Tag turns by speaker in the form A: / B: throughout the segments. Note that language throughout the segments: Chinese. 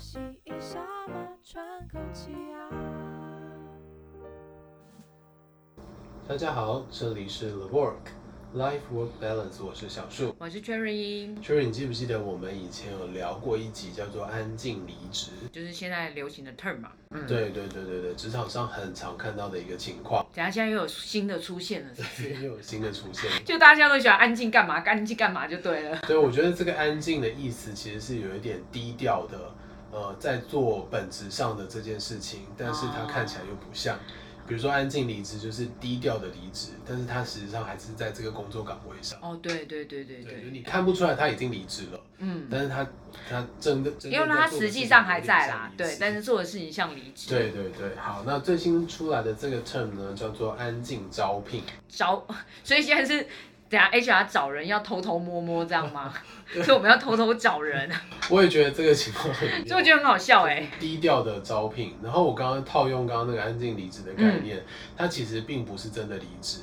A: 洗一下嘛，喘口气啊。
B: 大家好，这里是 The Work Life Work Balance，我是小树。
C: 我是 Cherry，
B: 秋瑞，你记不记得我们以前有聊过一集叫做“安静离职
C: 就是现在流行的 term 嘛。”？嗯，。
B: 对对对对对，职场上很常看到的一个情 况，
C: 等下现在又有新的出现了，是不是？
B: 又有新的出现。
C: 就大家都喜欢安静干嘛，安静干嘛就对了。
B: 对，我觉得这个“安静”的意思其实是有一点低调的，呃，在做本质上的这件事情，但是它
C: 哦
B: 看起来又不像。比如说，安静离职就是低调的离职，但是他实际上还是在这个工作岗位上。
C: 哦，对对对对
B: 对，就
C: 对，
B: 你看不出来他已经离职了，
C: 嗯，
B: 但是他他真的，真
C: 因为
B: 正在
C: 他
B: 做的
C: 实际
B: 事
C: 上
B: 情
C: 还
B: 有点
C: 在
B: 像
C: 啦
B: 离，
C: 对
B: 职，
C: 但是做的事情像离职，
B: 对对对，好，那最新出来的这个 term 呢，叫做安静招聘，
C: 招， 所以现在是等下 HR 找人要偷偷摸摸这样 吗？所以我们要偷偷找人，
B: 我也觉得这个情况很妙，
C: 所以我觉得很好笑哎、
B: 低调的招聘。然后我刚刚套用刚刚那个安静离职的概念，
C: 嗯
B: 它其实并不是真的离职，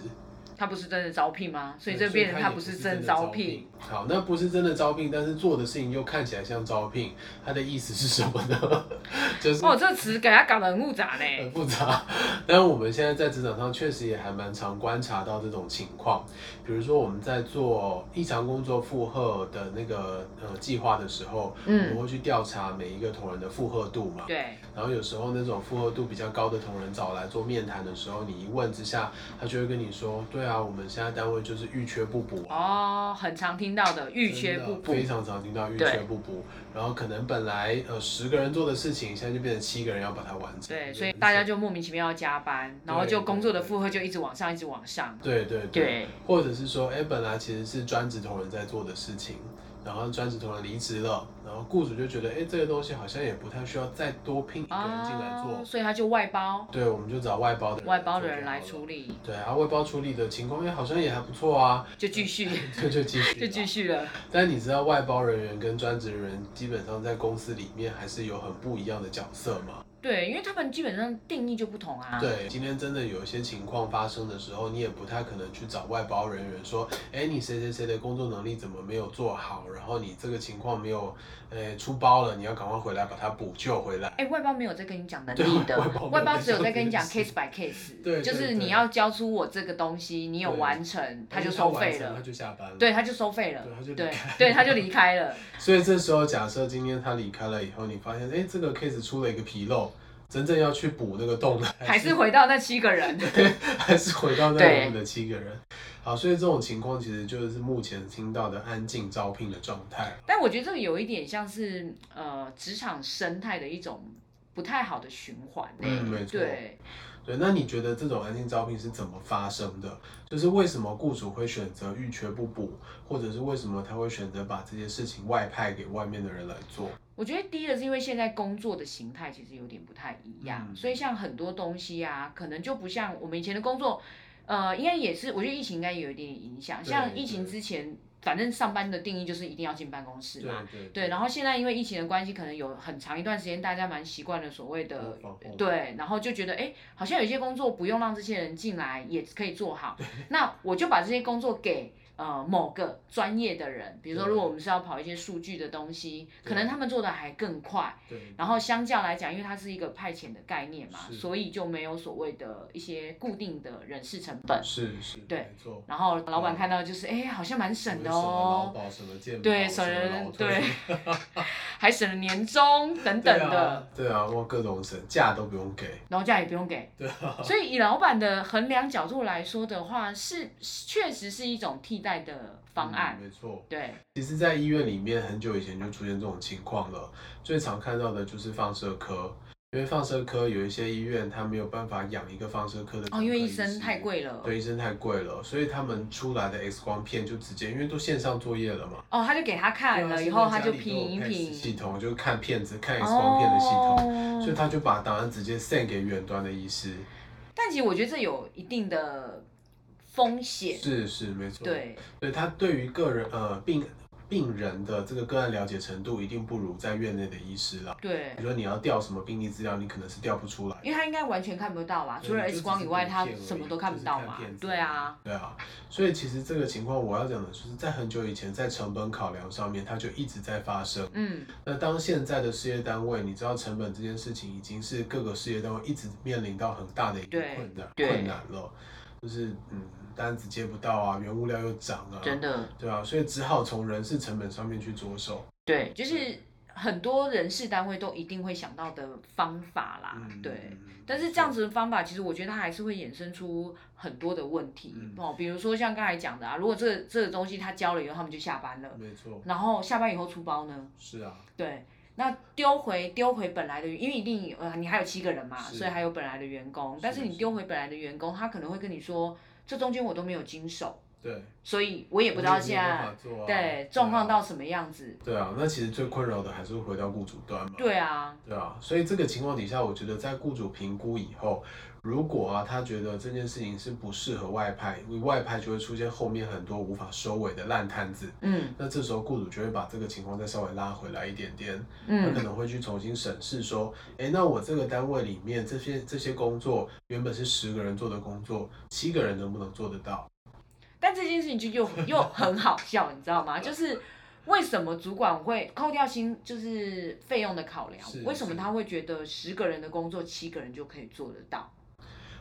C: 他不是真的招聘吗？所以
B: 对
C: 这变成
B: 它
C: 他
B: 也
C: 不
B: 是
C: 是真
B: 的
C: 招
B: 聘
C: 聘，。
B: 好，那不是真的招聘，但是做的事情又看起来像招聘，它的意思是什么呢？ 就是
C: 哦，这个词给他搞得很复杂呢
B: 很。复杂，但我们现在在职场上确实也还蛮常观察到这种情况。比如说我们在做异常工作负荷的那个呃计划的时候，我
C: 嗯
B: 们会去调查每一个同仁的负荷度嘛。
C: 对，
B: 然后有时候那种负荷度比较高的同仁找来做面谈的时候，你一问之下，他就会跟你说：“对啊，我们现在单位就是预缺不补啊。”
C: 哦，很常听到的预缺不
B: 真的
C: 补，
B: 非常常听到预缺不补，然后可能本来呃十个人做的事情，现在就变成七个人要把它完成。
C: 对，所以
B: 就是
C: 大家就莫名其妙要加班，然后就工作的负荷就一直往上，一直往上。
B: 对对
C: 对，
B: 或者是说，哎、本来其实是专职同仁在做的事情，然后专职同仁离职了，然后雇主就觉得，哎、这个东西好像也不太需要再多聘一个人进来做，
C: 哦，所以他就外包，
B: 对，我们就找外包的人
C: 外包的人来
B: 做就好
C: 处
B: 了。
C: 理，
B: 对啊，外包处理的情况，哎，好像也还不错 啊，
C: 就继续，
B: 这就 继续吧
C: 就继。续了。
B: 但你知道，外包人员跟专职人员基本上在公司里面还是有很不一样的角色嘛。
C: 对，因为他们基本上定义就不同啊。
B: 对，今天真的有一些情况发生的时候，你也不太可能去找外包人员说，哎，你谁谁谁的工作能力怎么没有做好，然后你这个情况没有，呃，出包了，你要赶快回来把它补救回来。
C: 哎，外包没有在跟你讲能
B: 对
C: 力的
B: 外包没有，
C: 外包只有在跟你讲
B: 在
C: case by case，
B: 对对
C: 就是
B: 对
C: 你要交出我这个东西，你有
B: 对
C: 完成，他就
B: 因为
C: 收
B: 完
C: 费
B: 成哎他
C: 了，
B: 就下班了。
C: 对，，他就收费了
B: 对他就，离
C: 对
B: 开，
C: 对，他就离开 了。
B: 所以这时候假设今天他离开了以后，你发现，哎，这个 case 出了一个纰漏，真正要去补那个洞的，
C: 还是回到那七个人。
B: 还是回到那
C: 对
B: 我们的七个人。好，所以这种情况其实就是目前听到的安静招聘的状态。
C: 但我觉得这个有一点像是呃职场生态的一种不太好的循环、欸。
B: 嗯没错
C: 对，
B: 对，那你觉得这种安静招聘是怎么发生的？就是为什么雇主会选择欲缺不补，或者是为什么他会选择把这些事情外派给外面的人来做？
C: 我觉得第一个是因为现在工作的形态其实有点不太一样，
B: 嗯
C: 所以像很多东西啊，可能就不像我们以前的工作，呃，应该也是，我觉得疫情应该也有一点影响。
B: 对
C: 像疫情
B: 对
C: 之前，反正上班的定义就是一定要进办公室
B: 对
C: 嘛，
B: 对
C: 对，然后现在因为疫情的关系，可能有很长一段时间大家蛮习惯了所谓的
B: Work from home
C: 对，然后就觉得哎，诶好像有些工作不用让这些人进来也可以做好，那我就把这些工作给。呃，某个专业的人，比如说，
B: 对
C: 如果我们是要跑一些数据的东西，可能
B: 对
C: 他们做的还更快。
B: 对
C: 然后相较来讲，因为它是一个派遣的概念嘛，
B: 是
C: 所以就没有所谓的一些固定的人事成本。
B: 是是，
C: 对
B: 没错。
C: 然后老板看到就是，哎，好像蛮省的
B: 什么劳
C: 哦。
B: 保，什么健保，
C: 对，
B: 什
C: 省
B: 么
C: 了
B: 劳退
C: 对， 还省了年终等等
B: 对啊
C: 的，
B: 对啊，哇，各种省，假都不用给，
C: 然后假也不用给。
B: 对啊，
C: 所以以老板的衡量角度来说的话，是确实是一种替代的方案
B: 嗯。没错。
C: 对，
B: 其实，在医院里面，很久以前就出现这种情况了。最常看到的就是放射科，因为放射科有一些医院，它没有办法养一个放射科的
C: 哦，
B: 专
C: 因为
B: 科
C: 医
B: 医
C: 生
B: 师
C: 太，贵了。
B: 对，医生太贵了，所以他们出来的 X 光片就直接，因为都线上作业了嘛，
C: 哦，他就给他看
B: 对啊
C: 了，以后他
B: 现在
C: 就
B: 家里都有
C: 评一
B: PEX
C: 评。
B: 系统，就看片子、看 X 光片的系统，所以
C: 哦。
B: 他就把档案直接 send 给远端的医师。
C: 但其实我觉得这有一定的风险。
B: 是是，没错。
C: 对，
B: 对他对于个人呃病病人的这个个案了解程度一定不如在院内的医师了。
C: 对
B: 比，如说你要调什么病历资料，你可能是调不出来的。
C: 因为他应该完全看不到吧？
B: 对
C: 除了
B: 就只
C: X
B: 是
C: 光以外，
B: 影
C: 他
B: 片而
C: 什么
B: 已
C: 都看
B: 就
C: 不
B: 是
C: 到
B: 看
C: 嘛
B: 片。子
C: 对啊，
B: 对啊，所以其实这个情况我要讲的就是，在很久以前，在成本考量上面，它就一直在发生。
C: 嗯，
B: 那当现在的事业单位，你知道成本这件事情已经是各个事业单位一直面临到很大的一个
C: 对
B: 困难
C: 对
B: 困难了，就是嗯单子接不到啊，原物料又涨啊，
C: 真的，
B: 对啊，所以只好从人事成本上面去着手。
C: 对，就是很多人事单位都一定会想到的方法啦，
B: 嗯，
C: 啊对。
B: 嗯
C: 但是这样子的方法，其实我觉得它还是会衍生出很多的问题
B: 嗯
C: 哦，比如说像刚才讲的啊，如果这个这个东西他交了以后，他们就下班了，
B: 没错，
C: 然后下班以后出包呢，
B: 是啊，
C: 对，那丢回丢回本来的，因为一定呃你还有七个人嘛，
B: 是
C: 所以还有本来的员工，
B: 是
C: 但是你
B: 是
C: 丢回本来的员工，他可能会跟你说，这中间我都没有经手，
B: 对，
C: 所以我也不知道现在
B: 在
C: 对状况到什么样子，
B: 对啊，那其实最困扰的还是会回到雇主端嘛。
C: 对啊，
B: 对啊，所以这个情况底下，我觉得在雇主评估以后，如果啊他觉得这件事情是不适合外派，因为外派就会出现后面很多无法收尾的烂摊子。
C: 嗯
B: 那这时候雇主就会把这个情况再稍微拉回来一点点，他可
C: 嗯
B: 能会去重新审视说，诶，那我这个单位里面这些这些工作原本是十个人做的工作，七个人能不能做得到？
C: 但这件事情就又又很好笑，你知 道吗？就是为什么主管会扣掉薪，就是费用的考量
B: 是，
C: 为什么
B: 是
C: 他会觉得十个人的工作七个人就可以做得到？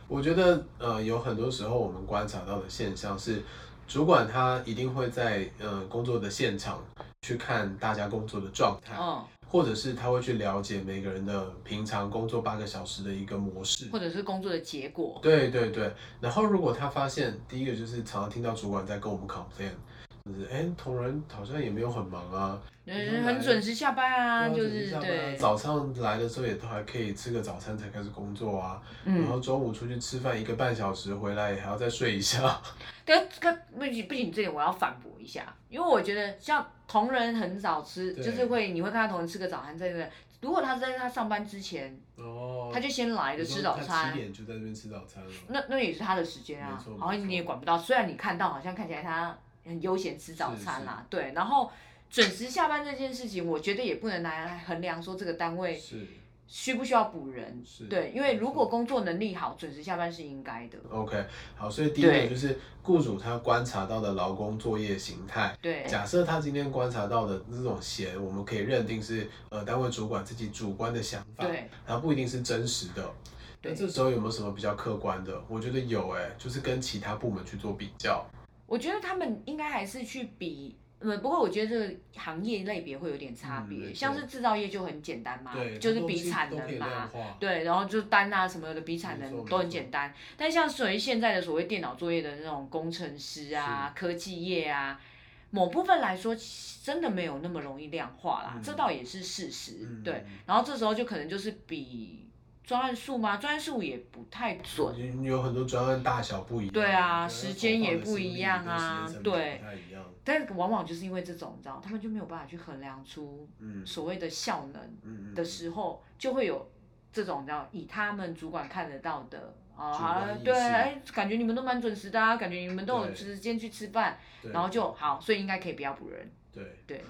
B: 我觉得呃，有很多时候我们观察到的现象是，主管他一定会在呃工作的现场去看大家工作的状态，
C: 嗯，
B: 或者是他会去了解每个人的平常工作八个小时的一个模式。
C: 或者是工作的结果，
B: 对对对，然后如果他发现第一个就是常常听到主管在跟我们 complain，就是哎同仁好像也没有很忙啊，
C: 嗯，很准时下班啊，
B: 对啊
C: 就
B: 准时
C: 是
B: 下班啊
C: 对，
B: 早上来的时候也都还可以吃个早餐才开始工作啊，然后
C: 嗯，
B: 中午出去吃饭一个半小时回来也还要再睡一下。
C: 但但不仅不仅这点我要反驳一下，因为我觉得像同仁很早吃，
B: 对
C: 就是会你会看到同仁吃个早餐在那，如果他是在他上班之前，
B: 哦，
C: 他就先来了
B: 你说
C: 吃早
B: 他
C: 餐
B: 七，点就在那边吃早餐了。
C: 那那也是他的时间啊
B: 没错，
C: 然后
B: 没错
C: 你也管不到。虽然你看到好像看起来他很悠闲吃早餐啦，对，然后准时下班这件事情，我觉得也不能来衡量说这个单位
B: 是
C: 需不需要补人，
B: 是，
C: 对，因为如果
B: 没错
C: 工作能力好，准时下班是应该的，
B: OK 好，所以第一个
C: 对
B: 就是雇主他观察到的劳工作业形态。
C: 对，
B: 假设他今天观察到的这种闲，我们可以认定是呃单位主管自己主观的想法，
C: 对，
B: 然后不一定是真实的。那
C: 对
B: 这时候有没有什么比较客观的？我觉得有哎、就是跟其他部门去做比较。
C: 我觉得他们应该还是去比。呃，不过我觉得这个行业类别会有点差
B: 嗯没
C: 别，
B: 错
C: 像是制造业就很简单嘛，啊就是比产能嘛，
B: 化。
C: 对，然后就单啊什么的，比产
B: 没错
C: 能
B: 没
C: 都很
B: 错
C: 简单。但像属于现在的所谓电脑作业的那种工程师啊、科技业啊，某部分来说，真的没有那么容易量化啦，这
B: 嗯
C: 倒也是事实。
B: 嗯
C: 对，然后这时候就可能就是比专案数嘛，专案数也不太准。
B: 你有很多专案大小不一样，
C: 对啊
B: 你觉得
C: 时间也
B: 投放的
C: 不
B: 心
C: 一
B: 力
C: 样
B: 跟时间
C: 啊
B: 成本
C: 对
B: 不太一样，
C: 但往往就是因为这种，你知道，他们就没有办法去衡量出
B: 嗯
C: 所谓的效能，
B: 嗯嗯
C: 的时候，就会有这种叫以他们主管看得到的。啊、
B: 主观
C: 好
B: 意识
C: 对，哎，感觉你们都蛮准时的啊，感觉你们都
B: 对
C: 有时间去吃饭，
B: 对
C: 然后就好，所以应该可以不要补人，
B: 对。
C: 对，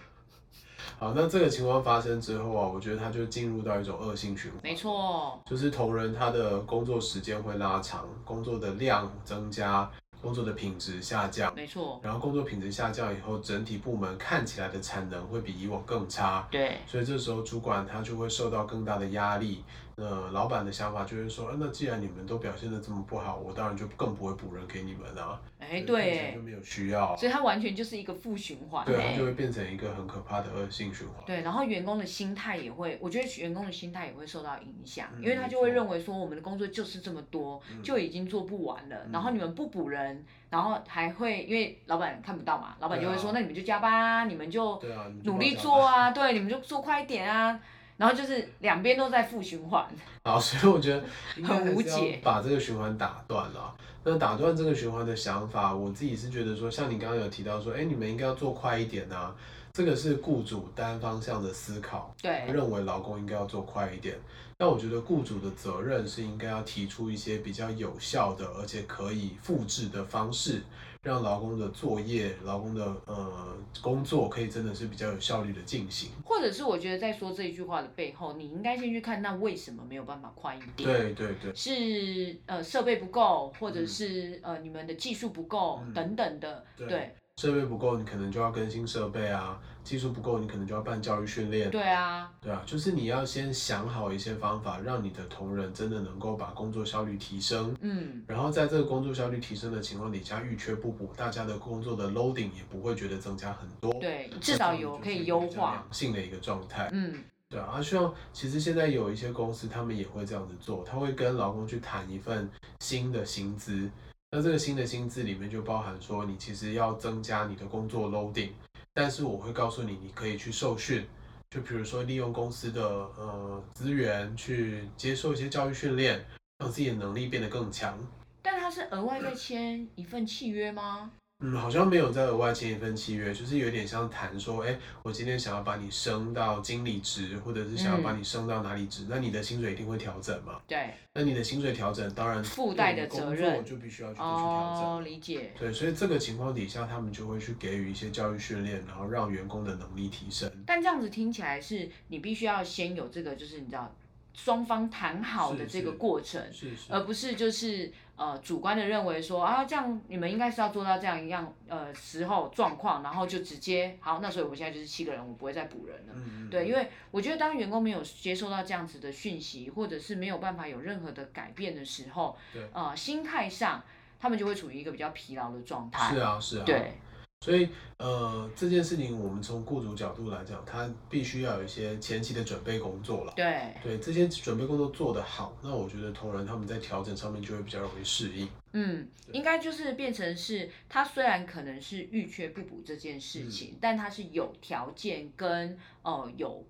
B: 好，那这个情况发生之后啊，我觉得他就进入到一种恶性循环。
C: 没，错，
B: 就是同仁他的工作时间会拉长，工作的量增加，工作的品质下降，
C: 没错，
B: 然后工作品质下降以后，整体部门看起来的产能会比以往更差。
C: 对，
B: 所以这时候主管他就会受到更大的压力，那老板的想法就是说，啊、那既然你们都表现的这么不好，我当然就更不会补人给你们啊，
C: 哎，
B: 所以看起来
C: 对
B: 就，没有需要，
C: 所以它完全就是一个负循环，
B: 对啊，
C: 哎
B: 就会变成一个很可怕的恶性循环。
C: 对，然后员工的心态也会，我觉得员工的心态也会受到影响，
B: 嗯
C: 因为
B: 没
C: 他就会
B: 错
C: 认为说我们的工作就是这么多，
B: 嗯
C: 就已经做不完了，然后
B: 嗯
C: 你们不补人，然后还会因为老板看不到嘛，老板
B: 对
C: 就会
B: 啊
C: 说、那你们就加班啊，你们就
B: 对啊，你就
C: 努
B: 帮
C: 力
B: 我
C: 做
B: 加班。
C: 啊，对，你们就做快一点啊。然后就是两边都在负循环，
B: 好，所以我觉 得应该
C: 很
B: 还
C: 无
B: 是要
C: 解
B: 把这个循环打断了。那打断这个循环的想法，我自己是觉得说，像你刚刚有提到说，哎，你们应该要做快一点啊，这个是雇主单方向的思考，
C: 对，
B: 认为劳工应该要做快一点。但我觉得雇主的责任是应该要提出一些比较有效的，而且可以复制的方式，让劳工的作业、劳工的呃工作可以真的是比较有效率的进行。
C: 或者是我觉得在说这一句话的背后，你应该先去看那为什么没有办法快一点。
B: 对对对，
C: 是呃设备不够，或者
B: 嗯
C: 是、呃你们的技术不够、
B: 嗯
C: 等等的，
B: 对
C: 对
B: 设备不够，你可能就要更新设备啊；技术不够，你可能就要办教育训练。
C: 对啊，
B: 对啊，就是你要先想好一些方法，让你的同仁真的能够把工作效率提升。
C: 嗯，
B: 然后在这个工作效率提升的情况底下，遇缺不补，大家的工作的 loading 也不会觉得增加很多，
C: 对，至少有可以优
B: 这样
C: 化，
B: 良性的一个状态。
C: 嗯，
B: 对啊，啊像其实现在有一些公司他们也会这样子做，他会跟劳工去谈一份新的薪资，那这个新的薪资里面就包含说你其实要增加你的工作 loading，但是我会告诉你，你可以去受训。就比如说利用公司的呃资源去接受一些教育训练，让自己的能力变得更强。
C: 但他是额外再签一份契 约吗？
B: 嗯，好像没有再额外签一份契约，就是有点像谈说，哎、我今天想要把你升到经理职，或者是想要把
C: 嗯
B: 你升到哪里职，那你的薪水一定会调整嘛？
C: 对，
B: 那你的薪水调整，当然
C: 附带的
B: 对于工
C: 责任
B: 作就必须要去做去调整。
C: 哦，理解，
B: 对，所以这个情况底下，他们就会去给予一些教育训练，然后让员工的能力提升。
C: 但这样子听起来是你必须要先有这个，就是你知道双方谈好的
B: 是
C: 这个
B: 是
C: 过程，
B: 是是
C: 而不是就是呃主观的认为说啊这样你们应该是要做到这样一样呃时候状况，然后就直接好，那所以我现在就是七个人，我不会再补人了。
B: 嗯嗯
C: 对，因
B: 为
C: 为我觉得当员工没有接受到这样子的讯息，或者是没有办法有任何的改变的时候
B: 对，
C: 呃，心态上他们就会处于一个比较疲劳的状态。
B: 是啊是啊，
C: 对，
B: 所以，呃，这件事情我们从雇主角度来讲，他必须要有一些前期的准备工作了。
C: 对，
B: 对这些准备工作做得好，那我觉得同仁他们在调整上面就会比较容易适应。
C: 嗯，应该就是变成是，他虽然可能是欲缺不补这件
B: 嗯
C: 事情，但他是有条件跟呃有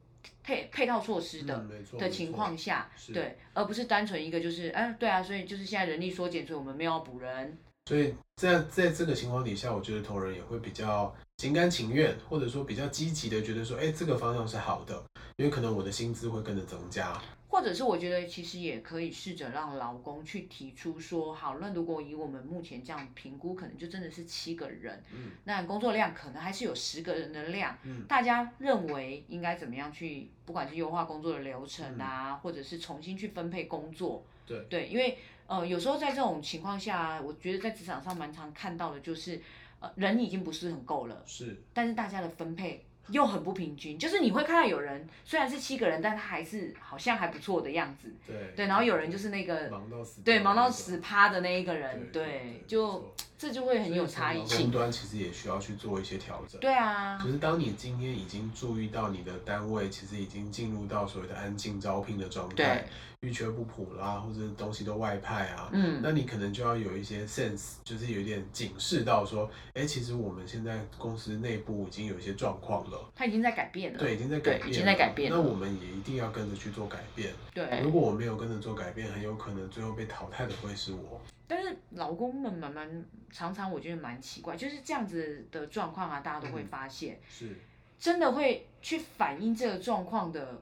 C: 配配套措施的、
B: 嗯没错
C: 的
B: 没
C: 情
B: 错
C: 况下，
B: 是，
C: 对，而不是单纯一个就是，哎、对啊，所以就是现在人力缩减，所以我们没有要补人，
B: 所以在在这个情况底下，我觉得同仁也会比较心甘情愿，或者说比较积极的觉得说，哎，这个方向是好的，因为可能我的薪资会跟着增加。
C: 或者是我觉得其实也可以试着让劳工去提出说，好，那如果以我们目前这样评估，可能就真的是七个人，
B: 嗯
C: 那工作量可能还是有十个人的量，
B: 嗯
C: 大家认为应该怎么样去，不管是优化工作的流程啊，或者是重新去分配工作，
B: 嗯对
C: 对，因为呃有时候在这种情况下，我觉得在职场上蛮常看到的就是，呃人已经不是很够了，
B: 是，
C: 但是大家的分配又很不平均，就是你会看到有人虽然是七个人，但他还是好像还不错的样子，
B: 对
C: 对，然后有人就是那个
B: 忙到死，
C: 对忙到死，趴的那一个
B: 对对
C: 人，对
B: 对，没
C: 就
B: 错
C: 这就会很有差异
B: 终
C: 性，
B: 端其实也需要去做一些调整。
C: 对啊
B: 可，是当你今天已经注意到你的单位其实已经进入到所谓的安静招聘的状态
C: 对，，
B: 欲缺不补啦，或者是东西都外派啊，
C: 嗯。
B: 那你可能就要有一些 sense，就是有一点警示到说，哎、其实我们现在公司内部已经有一些状况了，
C: 他已经在改变了，
B: 对，已经在改变
C: 对
B: 了，
C: 已经在改变了
B: 那我们也一定要跟着去做改变。
C: 对
B: 如果我没有跟着做改变，很有可能最后被淘汰的会是我。
C: 但是老公们蛮蛮常常我觉得蛮奇怪，就是这样子的状况啊，大家都会发现，
B: 是，
C: 真的会去反映这个状况的。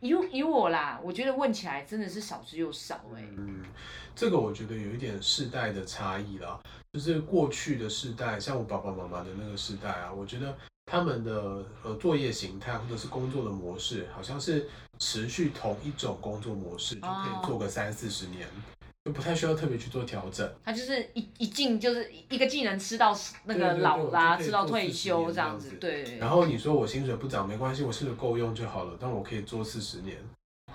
C: 以以我啦，我觉得问起来真的是少之又少哎、
B: 嗯，这个我觉得有一点世代的差异啦，就是过去的世代，像我爸爸妈妈的那个世代啊，我觉得他们的呃作业形态或者是工作的模式，好像是持续同一种工作模式就可
C: 哦
B: 以做个三四十年，就不太需要特别去做调整。
C: 他就是一一进就是一个技能吃到那
B: 对对
C: 个
B: 对
C: 老啦、
B: 就可以
C: 吃到
B: 做
C: 退
B: 40
C: 休
B: 年
C: 这
B: 这
C: 样
B: 样
C: 子，
B: 子
C: 对对
B: 然后你说我薪水不涨没关系，我薪水够用就好了，但我可以做四十年。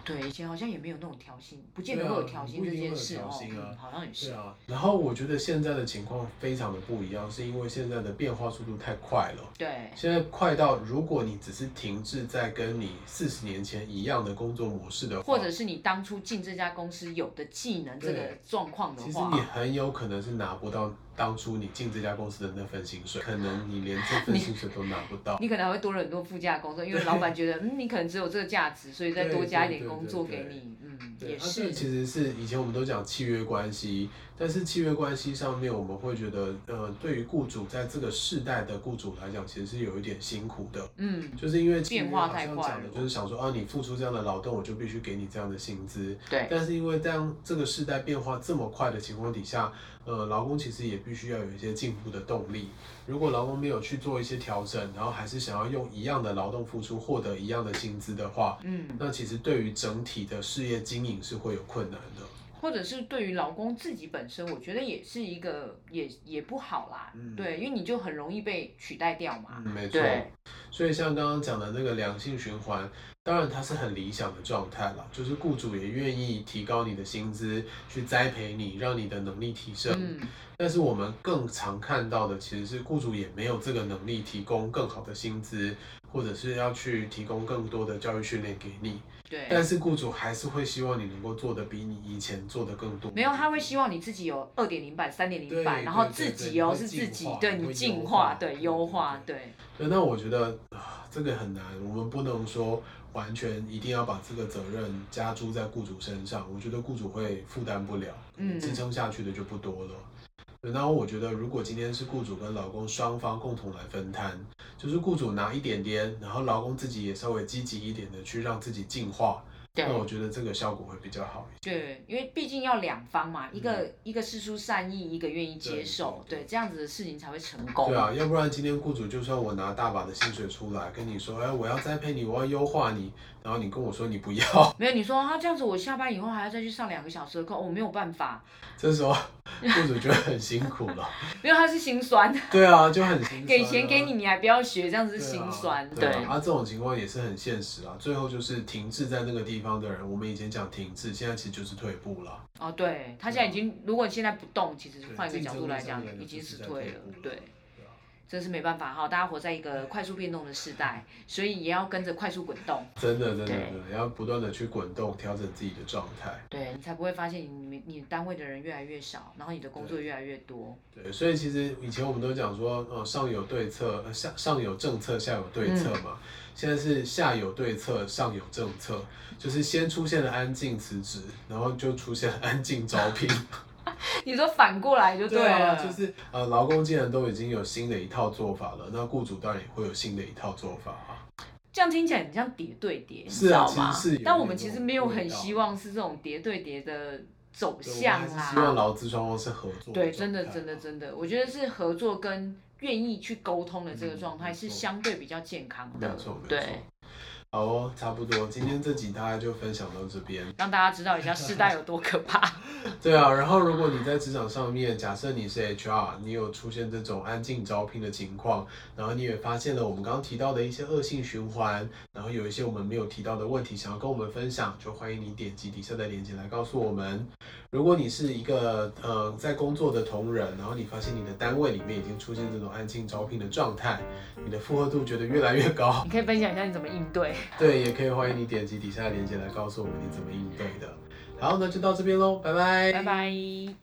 C: 对，啊以
B: 啊
C: 前好像也没有那种调薪，不见得
B: 对啊
C: 会有调薪
B: 不一
C: 这
B: 定
C: 件
B: 会有
C: 事
B: 调
C: 哦、
B: 薪啊
C: 嗯，好像也是
B: 对，啊，然后我觉得现在的情况非常的不一样，是因为现在的变化速度太快了。
C: 对
B: 现在快到，如果你只是停滞在跟你四十年前一样的工作模式的话，
C: 或者是你当初进这家公司有的技能这个
B: 对
C: 状况的
B: 其实
C: 话，
B: 你很有可能是拿不到当初你进这家公司的那份薪水，可能你连这份薪水都拿不到。
C: 你可能还会多了很多附加的工作，因为老板觉得，嗯，你可能只有这个价值，所以再多加一点工作给你，嗯，
B: 对，
C: 也
B: 啊这个
C: 是，
B: 其实是以前我们都讲契约关系，但是契约关系上面，我们会觉得，呃，对于雇主在这个世代的雇主来讲，其实是有一点辛苦的，
C: 嗯，
B: 就是因为契约
C: 变化
B: 好
C: 太
B: 像
C: 快
B: 讲的
C: 了
B: 就是想说，啊，你付出这样的劳动，我就必须给你这样的薪资。
C: 对，
B: 但是因为当这个世代变化这么快的情况底下，呃，劳工其实也必须要有一些进步的动力。如果劳工没有去做一些调整，然后还是想要用一样的劳动付出获得一样的薪资的话，
C: 嗯，
B: 那其实对于整体的事业经营是会有困难的。
C: 或者是对于老公自己本身，我觉得也是一个也也不好啦，
B: 嗯
C: 对，因为你就很容易被取代掉嘛，
B: 嗯，没错。
C: 对，
B: 所以像刚刚讲的那个良性循环，当然它是很理想的状态啦，就是雇主也愿意提高你的薪资，去栽培你，让你的能力提升。
C: 嗯，
B: 但是我们更常看到的其实是雇主也没有这个能力提供更好的薪资，或者是要去提供更多的教育训练给你，
C: 对，
B: 但是雇主还是会希望你能够做的比你以前做的更多。
C: 没有，他会希望你自己有二点零版、三点零
B: 对
C: 版，然后
B: 对对
C: 自
B: 对
C: 己
B: 你
C: 哦
B: 会
C: 是
B: 进
C: 自己
B: 化
C: 对
B: 你
C: 你
B: 会
C: 进
B: 优
C: 化，
B: 化
C: 对
B: 对
C: 优
B: 对
C: 化，
B: 对
C: 对，
B: 对，那我觉得啊，这个很难，我们不能说完全一定要把这个责任加诸在雇主身上，我觉得雇主会负担不了，
C: 嗯
B: 支撑下去的就不多了。对然后我觉得，如果今天是雇主跟劳工双方共同来分摊，就是雇主拿一点点，然后劳工自己也稍微积极一点的去让自己进化，
C: 对
B: 那我觉得这个效果会比较好一些。
C: 对，因为毕竟要两方嘛，一个一个是出善意，一个愿意
B: 嗯
C: 接
B: 对
C: 受，
B: 对
C: 对，这样子的事情才会成功。
B: 对啊，要不然今天雇主就算我拿大把的薪水出来跟你说，哎，我要栽培你，我要优化你，然后你跟我说你不要，
C: 没有你说啊他这样子，我下班以后还要再去上两个小时的课，我、哦没有办法，
B: 这时 候雇主觉得很辛苦了。
C: 没有他是心酸，
B: 对啊，就很心酸、啊。
C: 给钱给你，你还不要学，这样子
B: 对
C: 是
B: 啊。
C: 心酸。
B: 对啊，啊这种情况也是很现实啊。最后就是停滞在那个地方的人，我们以前讲停滞，现在其实就是退步了。
C: 哦，对他现在已经，如果你现在不动，其实
B: 对
C: 换一个
B: 竞
C: 角
B: 争
C: 度来
B: 力上
C: 讲
B: 面，
C: 已
B: 就
C: 经
B: 是
C: 是
B: 在
C: 退
B: 退
C: 了
B: 步了，
C: 对。
B: 对啊
C: 真是没办法哈，大家活在一个快速变动的时代，所以也要跟着快速滚动，
B: 真的，真的，
C: 对
B: 真的要不断的去滚动，调整自己的状态。
C: 对你才不会发现你你单位的人越来越少，然后你的工作
B: 对
C: 越来越多。
B: 对，所以其实以前我们都讲说，呃，上有对策，呃下上有政策，下有对策
C: 嗯
B: 嘛。现在是下有对策，上有政策，就是先出现了安静辞职，然后就出现了安静招 聘。
C: 你说反过来就
B: 对
C: 了，
B: 啊，就是呃，劳工既然都已经有新的一套做法了，那雇主当然也会有新的一套做法啊。
C: 这样听起来很像叠对叠，你
B: 是
C: 知
B: 啊
C: 道吗？
B: 其实是有
C: 但
B: 那
C: 我们
B: 种
C: 其实没有
B: 味
C: 很
B: 道
C: 希望是这种叠对叠的走
B: 对我
C: 向啊
B: 们还是希望
C: 啦。
B: 劳资双方是合作。
C: 对，真的真的真的，我觉得是合作跟愿意去沟通的这个
B: 嗯
C: 状态
B: 没
C: 是
B: 错
C: 相对比较健康
B: 没
C: 的。
B: 错没错
C: 对，。
B: 好哦，差不多，今天这集大概就分享到这边。
C: 让大家知道一下世代有多可怕。
B: 对啊，然后如果你在职场上面，假设你是 HR，你有出现这种安静招聘的情况，然后你也发现了我们刚刚提到的一些恶性循环，然后有一些我们没有提到的问题，想要跟我们分享，就欢迎你点击底下的链接来告诉我们。如果你是一个呃在工作的同仁，然后你发现你的单位里面已经出现这种安静招聘的状态，你的负荷度觉得越来越高，
C: 你可以分享一下你怎么应对。
B: 对，也可以欢迎你点击底下的链接来告诉我们你怎么应对的。好，那就到这边喽，拜拜，
C: 拜拜。